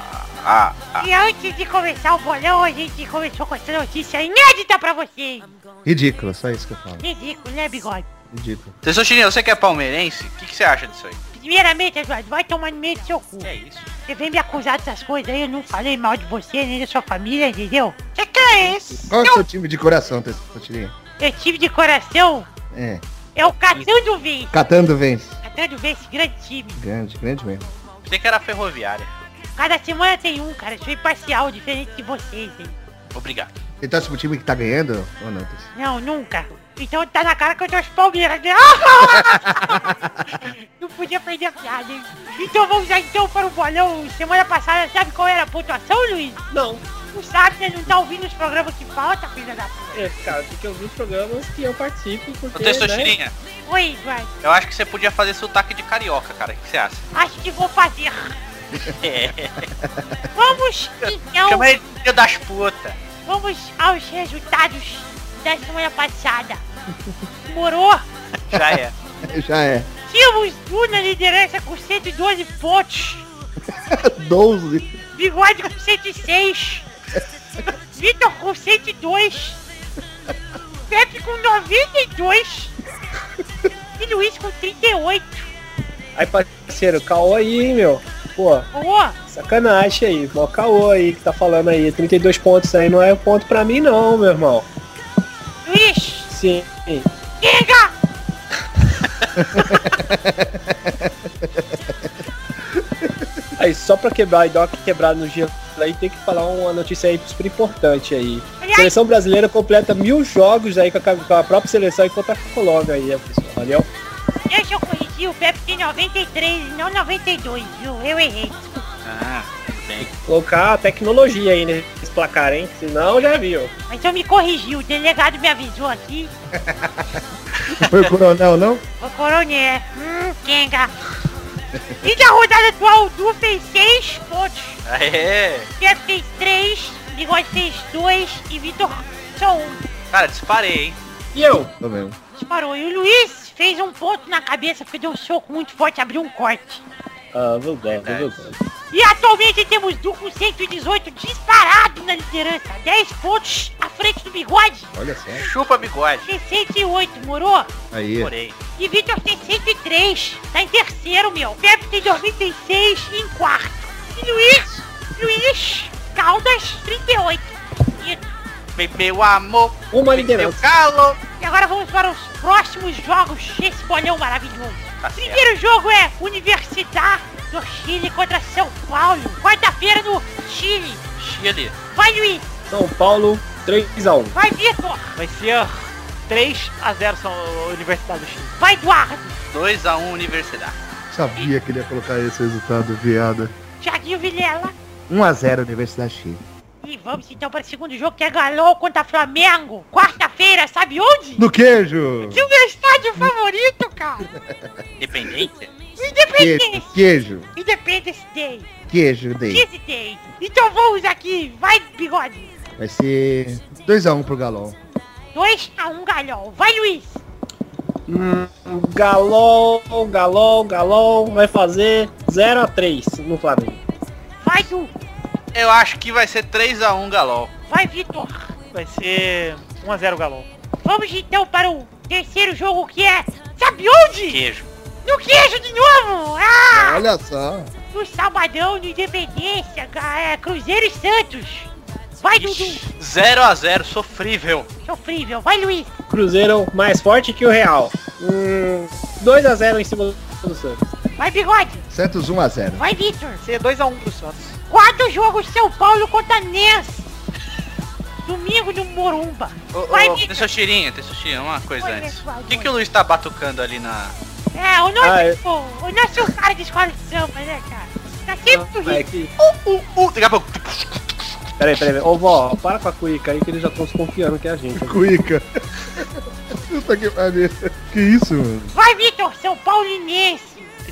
S3: ah, ah.
S6: E antes de começar o bolão, a gente começou com essa notícia inédita pra vocês!
S5: Ridículo, só isso que eu falo.
S6: Ridículo, né, bigode?
S5: Ridículo.
S3: Testosteria, você que é palmeirense? O que, que você acha disso aí?
S6: Primeiramente, Eduardo, vai tomar no meio do seu cu. É
S3: isso.
S6: Você vem me acusar dessas coisas aí, eu não falei mal de você, nem da sua família, entendeu? Você que é esse?
S5: Qual é o seu time de coração, Testosterinha?
S6: Esse time de coração
S5: É.
S6: é o Catando Vence.
S5: Catando vence.
S6: Catando Vence, grande time.
S5: Grande, grande mesmo.
S3: Pensei que era ferroviária.
S6: Cada semana tem um, cara. Eu sou imparcial, diferente de vocês, hein?
S3: Obrigado.
S5: Você torce pro time que tá ganhando ou não, Tess?
S6: Não, nunca. Então tá na cara que eu torço Palmeiras, né? [LAUGHS] Ah! Não podia perder a piada, hein? Então vamos lá então para o bolão. Semana passada, sabe qual era a pontuação, Luiz?
S4: Não.
S6: Não sabe, né? Não tá ouvindo os programas que falta, filha da puta.
S4: É, cara, tem que ouvir os programas que eu participo, porque,
S3: Ô, Testostirinha,
S4: né?
S6: Oi, Eduardo.
S3: eu acho que você podia fazer sotaque de carioca, cara. O que você acha?
S6: Acho que vou fazer.
S3: É.
S6: Vamos então.
S3: Chama ele de dia das putas.
S6: Vamos aos resultados da semana passada. Morou?
S3: Já é.
S5: Já é.
S6: Tínhamos Du na liderança com 112 pontos.
S5: 12.
S6: Bigode com 106. Vitor com 102. Pepe com 92. E Luiz com 38.
S4: Aí, parceiro, caô aí, hein, meu. Pô,
S6: Boa!
S4: sacanagem aí. Mó caô aí que tá falando aí. 32 pontos aí não é ponto pra mim, não, meu irmão.
S6: Luiz,
S4: Sim.
S6: diga!
S4: [LAUGHS] Aí, só pra quebrar, igual que quebrar no dia aí, tem que falar uma notícia aí super importante aí.
S6: Aliás-
S4: Seleção brasileira completa mil jogos aí com a, ca- com a própria seleção e contra a Colômbia aí, né, pessoal. Valeu.
S6: Deixa eu corrigir, o Pepe tem 93 e não 92, viu? Eu errei.
S3: [LAUGHS] Ah, bem.
S4: Colocar a tecnologia aí nesse placar, hein? Senão já viu.
S6: Mas eu me corrigi, o delegado me avisou aqui.
S5: Não foi o coronel, não?
S6: Ô coronel, hum, Kenga. E da rodada atual, o Du fez 6 pontos.
S3: Aê!
S6: Pepe fez 3, Bigode fez 2 e Vitor só 1.
S3: Cara, disparei, hein?
S4: E eu?
S5: Tô mesmo.
S6: Disparou. E o Luiz fez um ponto na cabeça porque deu um soco muito forte, abriu um corte.
S4: Ah, vou ver, vou ver.
S6: E atualmente temos Du com 118 disparado na liderança. 10 pontos à frente do Bigode.
S5: Olha só.
S3: Chupa bigode.
S6: Tem 108, moro?
S5: Aí.
S3: Porém.
S6: E Vitor tem 103. Tá em terceiro, meu. Pepe tem 96 e em quarto. E Luiz, Luiz, Caldas, 38. E,
S3: Me- Meu amor.
S4: Uma
S3: me deu
S4: liderança.
S3: calo.
S6: e agora vamos para os próximos jogos desse bolhão maravilhoso.
S3: Tá certo.
S6: Primeiro jogo é Universidade do Chile contra São Paulo. Quarta-feira no Chile.
S3: Chile.
S6: Vai, Luiz.
S4: São Paulo, 3x1.
S6: Vai, Vitor.
S11: Vai ser 3 a 0 São Universidade do Chile.
S6: Vai, Eduardo.
S3: 2x1 Universidade.
S5: Sabia que ele ia colocar esse resultado, viada.
S6: Thiaguinho Vilela.
S5: 1x0 Universidade Chile.
S6: E vamos então para o segundo jogo que é Galol contra Flamengo. Quarta-feira, sabe onde?
S5: No queijo!
S6: Que o meu estádio favorito, cara!
S3: Independência.
S5: Queijo,
S6: Independence!
S5: queijo,
S6: Independence Day!
S5: queijo, Day.
S6: Kiss Day! Então vamos aqui! Vai, bigode!
S5: Vai ser 2x1 pro Galol.
S6: 2 a 1 um galhão! Vai, Luiz!
S4: Hum, Galol, Galol, Galol vai fazer 0x3 no Flamengo.
S6: Vai, Du!
S3: Eu acho que vai ser 3x1 Galol.
S6: Vai, Vitor!
S11: Vai ser 1 a 0 Galol.
S6: Vamos então para o terceiro jogo que é
S9: Sabe onde? Queijo. No queijo de novo! Ah!
S5: Olha só.
S9: No sabadão, no Independência, ca- é, Cruzeiro e Santos. Vai, Dudu.
S3: 0x0, sofrível.
S9: Sofrível. Vai, Luiz.
S4: Cruzeiro mais forte que o Real. Hum, 2x0 em cima do Santos.
S9: Vai, Bigode.
S5: Santos 1 a 0.
S9: Vai, Vitor.
S3: é
S6: Ser 2x1 pro Santos.
S9: Quarto jogo, São Paulo contra Nens. Domingo no Morumba.
S3: Ô, ô,
S9: Vai, Vitor.
S3: Teixeirinha, Teixeirinha, uma coisa
S9: Oi,
S3: antes.
S9: pessoal,
S3: O que, que o Luiz tá batucando ali na...
S9: É, o nosso,
S3: Ah, é.
S9: o, o nosso cara de escola de samba, né, cara? Tá
S3: Ah,
S9: sempre
S4: é
S9: rindo.
S4: que-
S9: Uh, uh, uh.
S3: Daqui a pouco...
S4: Peraí, peraí. Ô, vó, para com a cuica aí que eles já estão se confiando que é a gente.
S5: Cuica. Puta que pariu. Que isso, mano?
S9: Vai, Vitor, São Paulinense.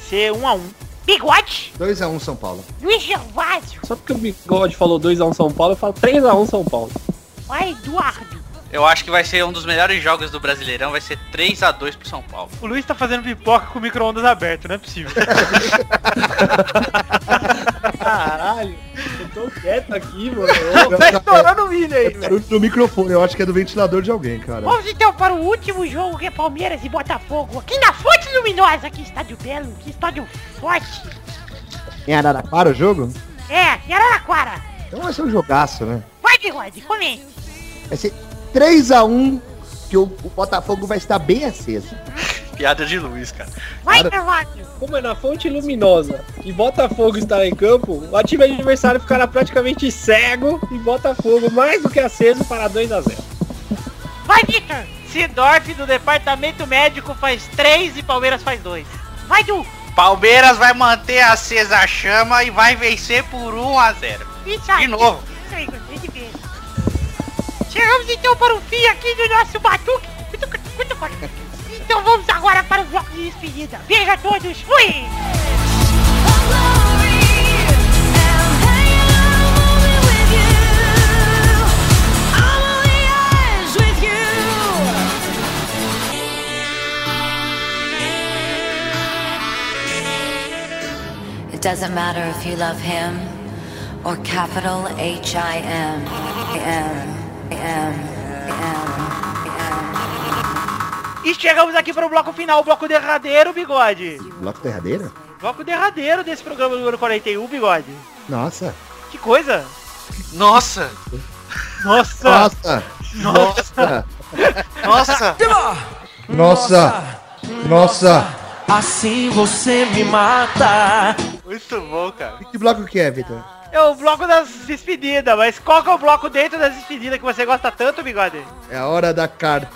S6: Ser 1x1.
S9: Bigode,
S5: 2x1 São Paulo.
S9: Luiz Gervásio.
S4: Só porque o Bigode falou 2x1 São Paulo, eu falo 3x1 São Paulo.
S9: Vai, Eduardo.
S6: Tá.
S3: Eu acho que vai ser um dos melhores jogos do Brasileirão, vai ser 3x2 pro São Paulo.
S6: O Luiz tá fazendo pipoca com o micro-ondas aberto, não é possível.
S4: Caralho, eu tô quieto aqui, mano.
S6: tá estourando milho aí, velho.
S5: Barulho do microfone, eu acho que é do ventilador de alguém, cara.
S9: Vamos então para o último jogo que é Palmeiras e Botafogo. Aqui na Fonte Luminosa, que estádio belo, que estádio forte.
S5: Em Araraquara o jogo?
S9: É, em Araraquara.
S5: Então vai ser um jogaço, né?
S9: Vai, Bigode, comente.
S12: Vai ser 3x1 que o, o Botafogo vai estar bem aceso.
S3: Piada de Luiz, cara.
S9: Vai, Gervásio.
S4: Como é na fonte luminosa e Botafogo estar em campo, o time adversário ficará praticamente cego e Botafogo mais do que aceso para 2x0.
S9: Vai, Vitor.
S6: Sidorf do departamento médico faz 3 e Palmeiras faz 2.
S9: Vai, Du.
S3: Palmeiras vai manter acesa a chama e vai vencer por 1x0.
S9: Isso aí.
S3: De novo.
S9: Isso aí, gostei de ver. Chegamos então para o fim aqui do nosso batuque. Cutuca, cutuca. Então vamos agora para o bloco de despedida. Beijo a todos. Fui.
S13: It doesn't matter if you love him or capital H I M. M. M.
S6: E chegamos aqui para o bloco final, o bloco derradeiro, bigode.
S5: Bloco Terradeira?
S6: Bloco derradeiro desse programa número 41, bigode.
S5: Nossa.
S6: Que coisa.
S3: Nossa.
S6: Nossa.
S5: Nossa.
S6: Nossa.
S3: Nossa.
S5: Nossa. Nossa.
S14: Assim você me mata.
S3: Muito bom, cara.
S5: Que bloco que é, Vitor?
S6: É o bloco das despedidas, mas qual que é o bloco dentro das despedidas que você gosta tanto, bigode?
S5: É a hora da cartinha.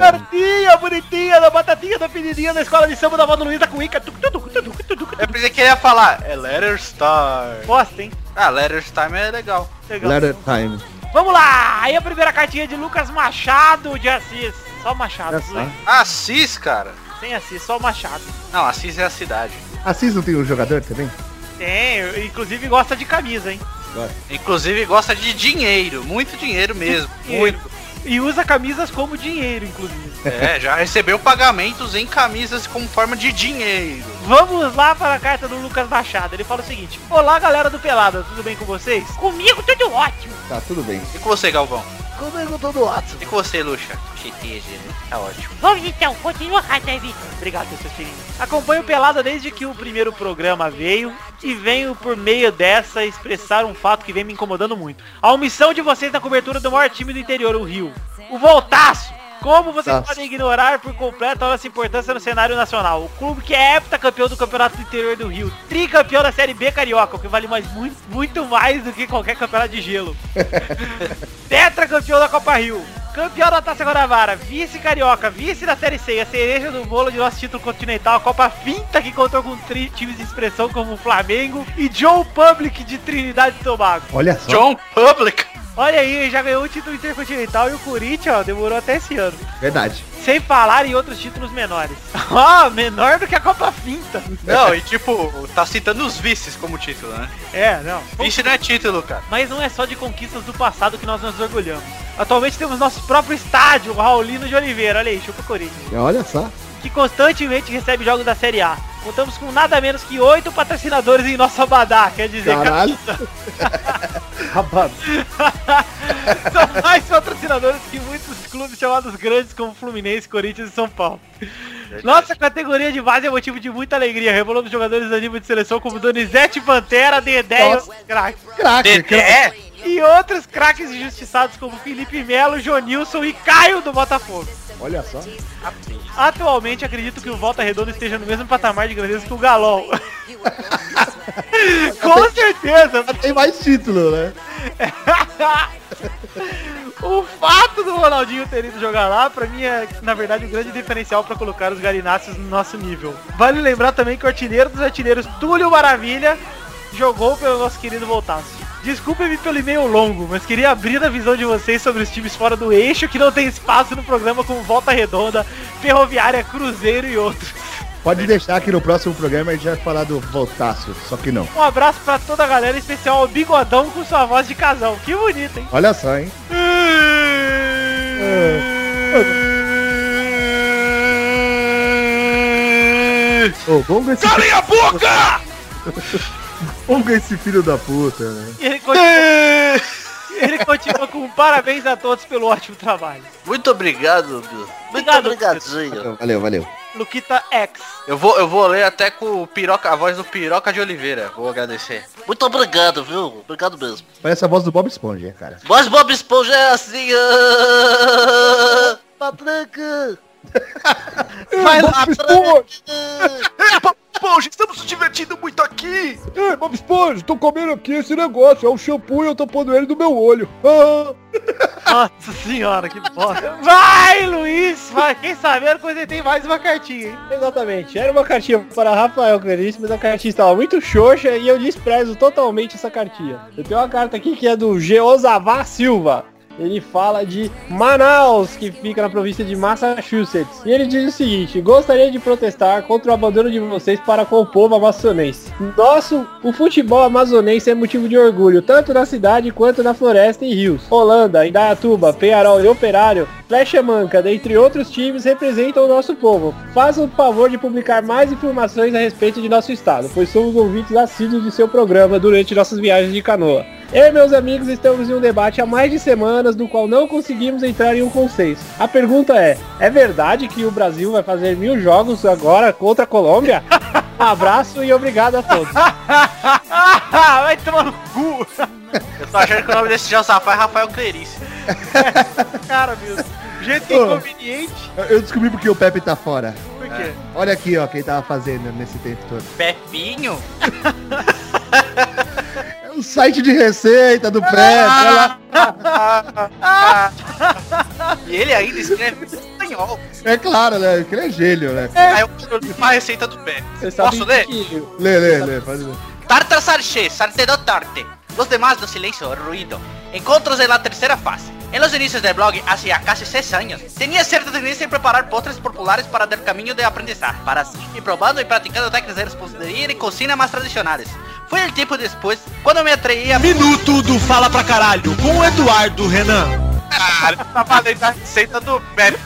S6: Cartinha bonitinha da batatinha da pequenininha da escola de samba da Vó do Luiz da Cuica. Tuc, tuc, tuc, tuc, tuc, tuc.
S3: Eu pensei que ele ia falar, é Letters Time.
S6: Bosta, hein?
S3: Ah, Letters Time é legal.
S6: Legal.
S5: Letter time.
S6: Vamos lá! Aí a primeira cartinha é de Lucas Machado de Assis. Só Machado,
S5: Assis.
S6: Luiz.
S3: Assis, cara.
S6: sem Assis, só Machado.
S3: Não, Assis é a cidade.
S5: Assis não tem um jogador também?
S6: Tem, eu- inclusive gosta de camisa, hein?
S3: Inclusive gosta de dinheiro, muito dinheiro mesmo.
S6: Dinheiro.
S3: Muito.
S6: E usa camisas como dinheiro, inclusive.
S3: É, já recebeu pagamentos em camisas como forma de dinheiro.
S6: Vamos lá para a carta do Lucas Machado. Ele fala o seguinte: Olá, galera do Pelada, tudo bem com vocês?
S9: Comigo tudo ótimo.
S5: Tá, tudo bem.
S3: E com você, Galvão?
S2: Comigo tudo ótimo.
S3: E com você, Luxa? GTG, tá ótimo.
S9: Vamos então, continua a carta aí, Vitor.
S6: Obrigado, seu filhinho. Acompanho o Pelada desde que o primeiro programa veio e venho por meio dessa expressar um fato que vem me incomodando muito. A omissão de vocês na cobertura do maior time do interior, o Rio. O Voltaço! Como vocês
S5: Nossa.
S6: podem ignorar por completo a nossa importância no cenário nacional? O clube que é heptacampeão do Campeonato do Interior do Rio, tricampeão da Série B Carioca, o que vale mais, muito, muito mais do que qualquer campeonato de gelo. Tetra campeão da Copa Rio. Campeão da Taça Guanabara, vice carioca, vice da Série C, e a cereja do bolo de nosso título continental, a Copa Finta que contou com tri- times de expressão como o Flamengo e John Public de Trinidade e Tobago.
S5: Olha só.
S3: John Public.
S6: Olha aí, já ganhou o título intercontinental e o Corinthians ó, demorou até esse ano.
S5: Verdade.
S6: Sem falar em outros títulos menores. [LAUGHS] Ó, menor do que a Copa Finta.
S3: Não, e tipo, tá citando os vices como título, né?
S6: É, não.
S3: Vice não é título, cara.
S6: Mas não é só de conquistas do passado que nós nos orgulhamos. Atualmente temos nosso próprio estádio, o Raulino de Oliveira. Olha aí, chupa Corinthians.
S5: Olha só.
S6: que constantemente recebe jogos da Série A. Contamos com nada menos que oito patrocinadores em nosso abadá, quer
S5: [LAUGHS]
S6: dizer, [LAUGHS]
S5: Caralho.
S6: são mais patrocinadores que muitos clubes chamados grandes como Fluminense, Corinthians e São Paulo. Nossa categoria de base é motivo de muita alegria, revelando jogadores do nível de seleção como Donizete Pantera, Dedé e
S5: Nossa.
S6: outros craques.
S5: Craque, craque.
S3: É.
S6: E outros craques injustiçados como Felipe Melo, Jonilson e Caio do Botafogo.
S5: Olha só.
S6: Atualmente acredito que o Volta Redonda esteja no mesmo patamar de grandeza que o Galol. Com certeza!
S5: Tem mais título, né?
S6: o fato do Ronaldinho ter ido jogar lá, pra mim, é, na verdade, um grande diferencial pra colocar os garináceos no nosso nível. Vale lembrar também que o artilheiro dos artilheiros, Túlio Maravilha, jogou pelo nosso querido Voltaço. Desculpe-me pelo e-mail longo, mas queria abrir a visão de vocês sobre os times fora do eixo que não tem espaço no programa como Volta Redonda, Ferroviária, Cruzeiro e outros.
S5: Pode deixar que no próximo programa a gente vai falar do Voltaço, só que não.
S6: Um abraço pra toda a galera, em especial ao Bigodão com sua voz de casal. Que bonito, hein?
S5: Olha só, hein? Ô, Gonga esse... Cala a boca! Gonga esse filho da puta, né?
S6: E ele continua, ele continua com um parabéns a todos pelo ótimo trabalho.
S2: Muito obrigado, Dudu. Muito obrigadinho.
S5: Valeu, valeu.
S6: Luquita X.
S3: Eu vou, eu vou ler até com o piroca, a voz do Piroca de Oliveira. Vou agradecer.
S2: Muito obrigado, viu? Obrigado mesmo.
S5: Parece a voz do Bob Esponja, cara.
S2: Mas Bob Esponja é assim. ah, Patranca.
S6: Vai lá,
S1: Bob Esponja, estamos nos divertindo muito aqui.
S15: É, Bob Esponja, tô comendo aqui esse negócio. É um shampoo e eu tô pondo ele no meu olho. Ah.
S6: Nossa senhora, que bosta. Vai, Luiz! Vai, quem saber coisa tem mais uma cartinha, hein?
S4: Exatamente, era uma cartinha para Rafael Clarice, mas a cartinha estava muito xoxa e eu desprezo totalmente essa cartinha. Eu tenho uma carta aqui que é do Geosavá Silva. Ele fala de Manaus, que fica na província de Massachusetts. E ele diz o seguinte, gostaria de protestar contra o abandono de vocês para com o povo amazonense. Nosso, o futebol amazonense é motivo de orgulho, tanto na cidade quanto na floresta e rios. Holanda, Indaiatuba, Penharol e Operário, Flecha Manca, dentre outros times, representam o nosso povo. Façam o favor de publicar mais informações a respeito de nosso estado, pois somos ouvintes assíduos de seu programa durante nossas viagens de canoa. Eu e meus amigos estamos em um debate há mais de semanas do qual não conseguimos entrar em um consenso. A pergunta é, é verdade que o Brasil vai fazer mil jogos agora contra a Colômbia? [LAUGHS] Abraço e obrigado a todos.
S6: Ah, vai tomar no cu.
S3: Eu tô achando que o nome desse Josafá é Rafael Clerice.
S6: [LAUGHS] Cara, meu. Jeito
S5: Ô.
S6: inconveniente.
S5: Eu- Eu descobri porque o Pepe tá fora. É.
S6: Por quê?
S5: Olha aqui, ó, quem tava fazendo nesse tempo todo.
S3: Pepinho?
S5: [LAUGHS] É o site de receita do Pepe, olha lá.
S3: e ele ainda escreve em espanhol.
S5: É claro, né? Que ele é gênio, né?
S3: Aí eu eu li uma receita do pé. Posso ler?
S5: Lê, lê, lê, faz lê.
S3: Tartar Sarche, Sarte do Tarte. Los demás do silencio, ruido. Encontros en la tercera fase. En los inicios del blog, hace casi seis años, tenía cierta tendencia en preparar postres populares para el camino de aprendizaje, para así ir probando y practicando técnicas de repostería y cocina más tradicionales. Fue el tiempo después cuando me atraía...
S14: Minuto do Fala Pra Caralho com o Eduardo Renan.
S3: Cara, tá valendo a receita do Pepe.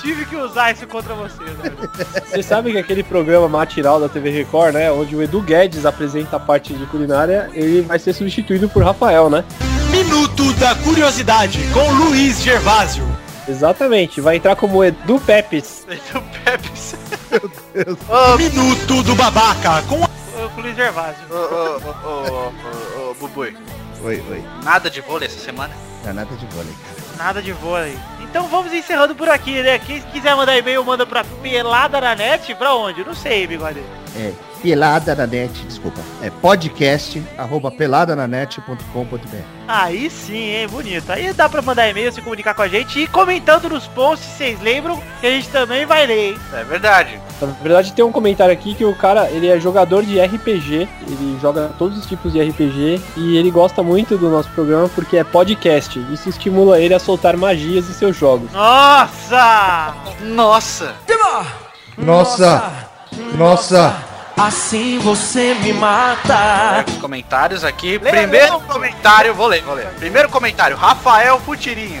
S6: Tive que usar isso contra você, né?
S4: Vocês sabem que aquele programa matinal da TV Record, né? Onde o Edu Guedes apresenta a parte de culinária, ele vai ser substituído por Rafael, né?
S14: Minuto da Curiosidade com Luiz Gervásio.
S4: Exatamente, vai entrar como Edu Pepes.
S14: Minuto do Babaca com
S6: Ô, com o Luiz Gervásio.
S3: Ô, ô, ô, ô, ô, ô, Bubui.
S5: Oi, oi.
S3: Nada de vôlei essa semana?
S5: Granada Tá de vôlei.
S6: Nada de vôlei. Então vamos encerrando por aqui, né? Quem quiser mandar e-mail, manda pra pelada na net. Pra onde? Não sei, bigode.
S5: É, pelada na net, desculpa. É podcast, arroba peladananet.com.br.
S6: Aí sim, hein? Bonito. Aí dá pra mandar e-mail, se comunicar com a gente. E comentando nos posts, vocês lembram que a gente também vai ler, hein?
S3: É verdade.
S4: Na verdade tem um comentário aqui que o cara, ele é jogador de RPG, ele joga todos os tipos de RPG e ele gosta muito do nosso programa porque é podcast. Isso estimula ele a soltar magias em seus jogos.
S6: Nossa!
S3: Nossa!
S5: Nossa! Nossa!
S14: Assim você me mata.
S3: Comentários aqui. Primeiro comentário, vou ler, vou ler. Primeiro comentário, Rafael Futirinha.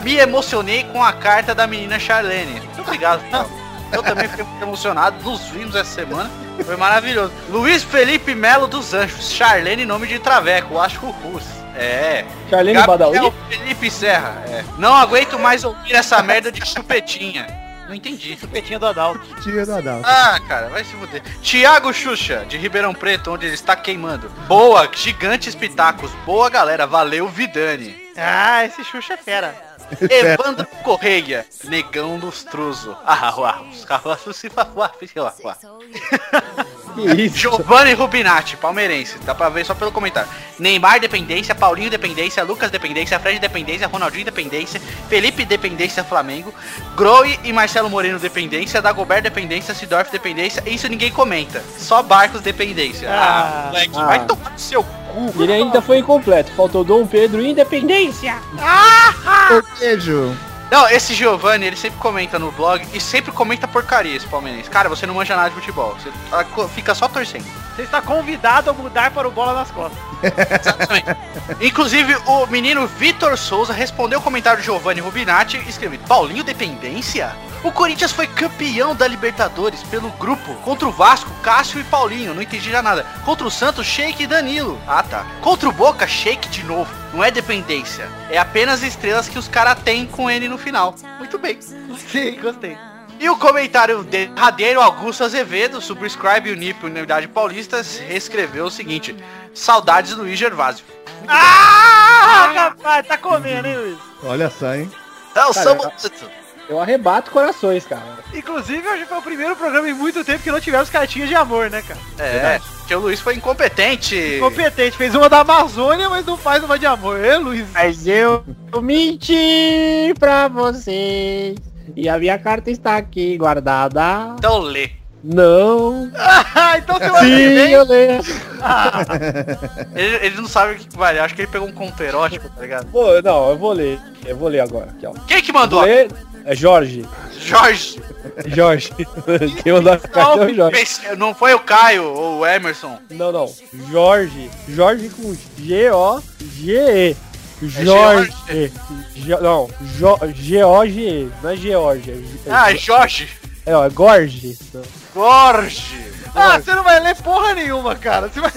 S3: Me emocionei com a carta da menina Charlene. Muito obrigado, Rafael. Eu também fiquei muito emocionado. Nos vimos essa semana. Foi maravilhoso. Luiz Felipe Melo dos Anjos. Charlene, nome de Traveco. Acho que o Rus. É.
S4: Charlene Badawi?
S3: Felipe Serra. É. Não aguento mais ouvir essa merda de chupetinha. Não entendi.
S6: Chupetinha do Adalto.
S12: Tira do Adalto.
S3: Ah, cara, vai se fuder. Tiago Xuxa, de Ribeirão Preto, onde ele está queimando. Boa, gigantes pitacos. Boa, galera. Valeu, Vidani.
S6: Ah, esse Xuxa é fera.
S3: [LAUGHS] Evandro Correia, negão lustroso. Ah, uau, os carroços se fa- uau, sei assim, [LAUGHS] lá, uau. Giovanni Rubinati, palmeirense. Dá pra ver só pelo comentário. Neymar dependência, Paulinho dependência, Lucas dependência, Fred dependência, Ronaldinho dependência, Felipe dependência, Flamengo, Groi e Marcelo Moreno dependência, Dagobert dependência, Sidorf dependência. Isso ninguém comenta. Só Barcos dependência. Ah,
S4: Ah,
S3: moleque,
S4: ah.
S3: vai tomar no seu cu.
S4: Ele ainda foi incompleto. Faltou Dom Pedro e Independência.
S5: Um Beijo.
S3: Não, esse Giovanni, ele sempre comenta no blog e sempre comenta porcaria esse palmeirense. Cara, você não manja nada de futebol. Você tá- fica só torcendo.
S6: Você está convidado a mudar para o Bola nas Costas.
S3: Exatamente. Inclusive, o menino Vitor Souza respondeu o comentário de Giovanni Rubinati e escreveu: Paulinho Dependência? O Corinthians foi campeão da Libertadores pelo grupo contra o Vasco, Cássio e Paulinho. Não entendi já nada. Contra o Santos, Sheik e Danilo. Ah, tá. Contra o Boca, Sheik de novo. Não é dependência. É apenas estrelas que os caras têm com ele no final. Muito bem. [LAUGHS]
S6: Sim, gostei.
S3: E o comentário derradeiro Augusto Azevedo, subscribe Unip Unidade Paulista, escreveu o seguinte: Saudades Luiz Gervásio.
S6: Ah, rapaz, tá comendo, hein, Luiz?
S5: Olha só, hein?
S3: É o
S4: Cara,
S3: samba.
S4: Eu arrebato corações, cara.
S6: Inclusive, hoje foi o primeiro programa em muito tempo que não tivemos cartinhas de amor, né, cara?
S3: É, que o Luiz foi incompetente.
S6: Competente, fez uma da Amazônia, mas não faz uma de amor, hein, Luiz?
S4: Mas eu, eu menti pra vocês. E a minha carta está aqui guardada.
S3: Então lê.
S4: [LAUGHS] Não.
S6: Ah, então seu
S4: Sim, eu leio.
S3: ele, ele não sabe o que vale, acho que ele pegou um conto erótico, tá ligado?
S4: Vou- não, eu vou ler. Eu vou ler agora. Aqui, ó.
S3: Quem que mandou?
S4: Vou ler. É Jorge. É
S3: Jorge.
S4: Jorge. [LAUGHS] Quem mandou a carta é o Jorge.
S3: Pense- Não foi o Caio ou o Emerson.
S4: Não, não. Jorge. Jorge com
S6: É
S4: G-O-G-E.
S3: Jorge.
S4: Jorge. Jo- não, Jo- G-O-G-E. Não é Georgia. é-
S3: Ah, Jorge.
S4: É, ó, é Gorge.
S3: Jorge.
S6: Ah, você não vai ler porra nenhuma, cara. Você vai...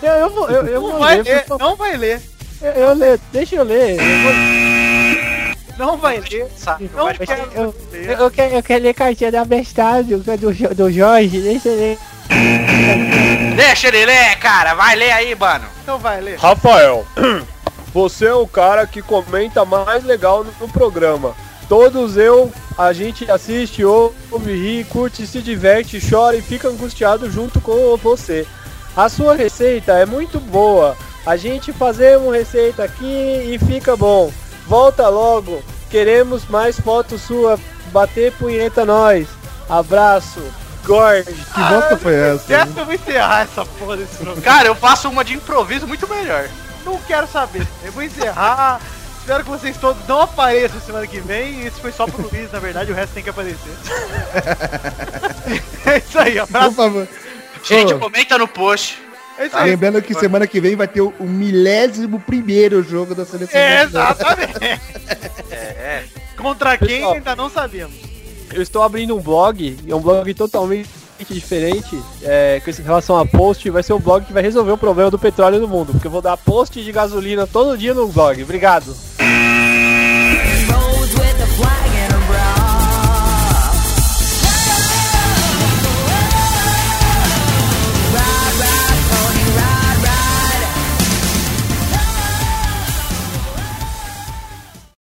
S4: Eu, eu vou, eu, eu
S6: não
S4: vou
S6: vai
S4: ler,
S6: ler,
S4: por favor.
S6: não vai ler.
S4: Eu, eu leio, deixa eu ler. Eu,
S6: Não vai ler.
S3: Sabe,
S6: Não
S4: vou-
S6: quero
S4: eu-
S6: ler.
S4: eu- eu quero, eu quero ler cartinha da Bestádio, do, Jo- do Jorge, deixa eu ler.
S3: Deixa ele ler, cara. Vai ler aí, mano.
S4: é.
S6: Então vai ler.
S15: Rafael, você é o cara que comenta mais legal no, no programa. Todos eu, a gente assiste, ouve, ri, curte, se diverte, chora e fica angustiado junto com você. A sua receita é muito boa. A gente fazemos receita aqui e fica bom. Volta logo. Queremos mais fotos sua. Bater punheta nós. Abraço. Gorge.
S5: Que volta foi essa?
S6: Essa eu vou encerrar essa porra desse programa.
S3: Cara, eu faço uma de improviso muito melhor.
S6: Não quero saber. Eu vou encerrar. Espero que vocês todos não apareçam semana que vem. Isso foi só pro Luiz, na verdade, o resto tem que aparecer. [LAUGHS] é isso aí,
S5: Por
S6: abraço.
S5: favor.
S3: Gente,
S5: Ô.
S3: comenta no post.
S6: É isso
S5: Tá
S6: aí.
S5: Lembrando que semana que vem vai ter o, o milésimo primeiro jogo da seleção.
S6: É,
S5: brasileira.
S6: exatamente.
S3: É,
S6: Contra quem
S4: Pessoal.
S6: ainda não sabemos.
S4: Eu estou abrindo um blog, e é um blog totalmente diferente é, com esse- em relação a post. Vai ser um blog que vai resolver o problema do petróleo no mundo, porque eu vou dar post de gasolina todo dia no blog. Obrigado.
S3: é.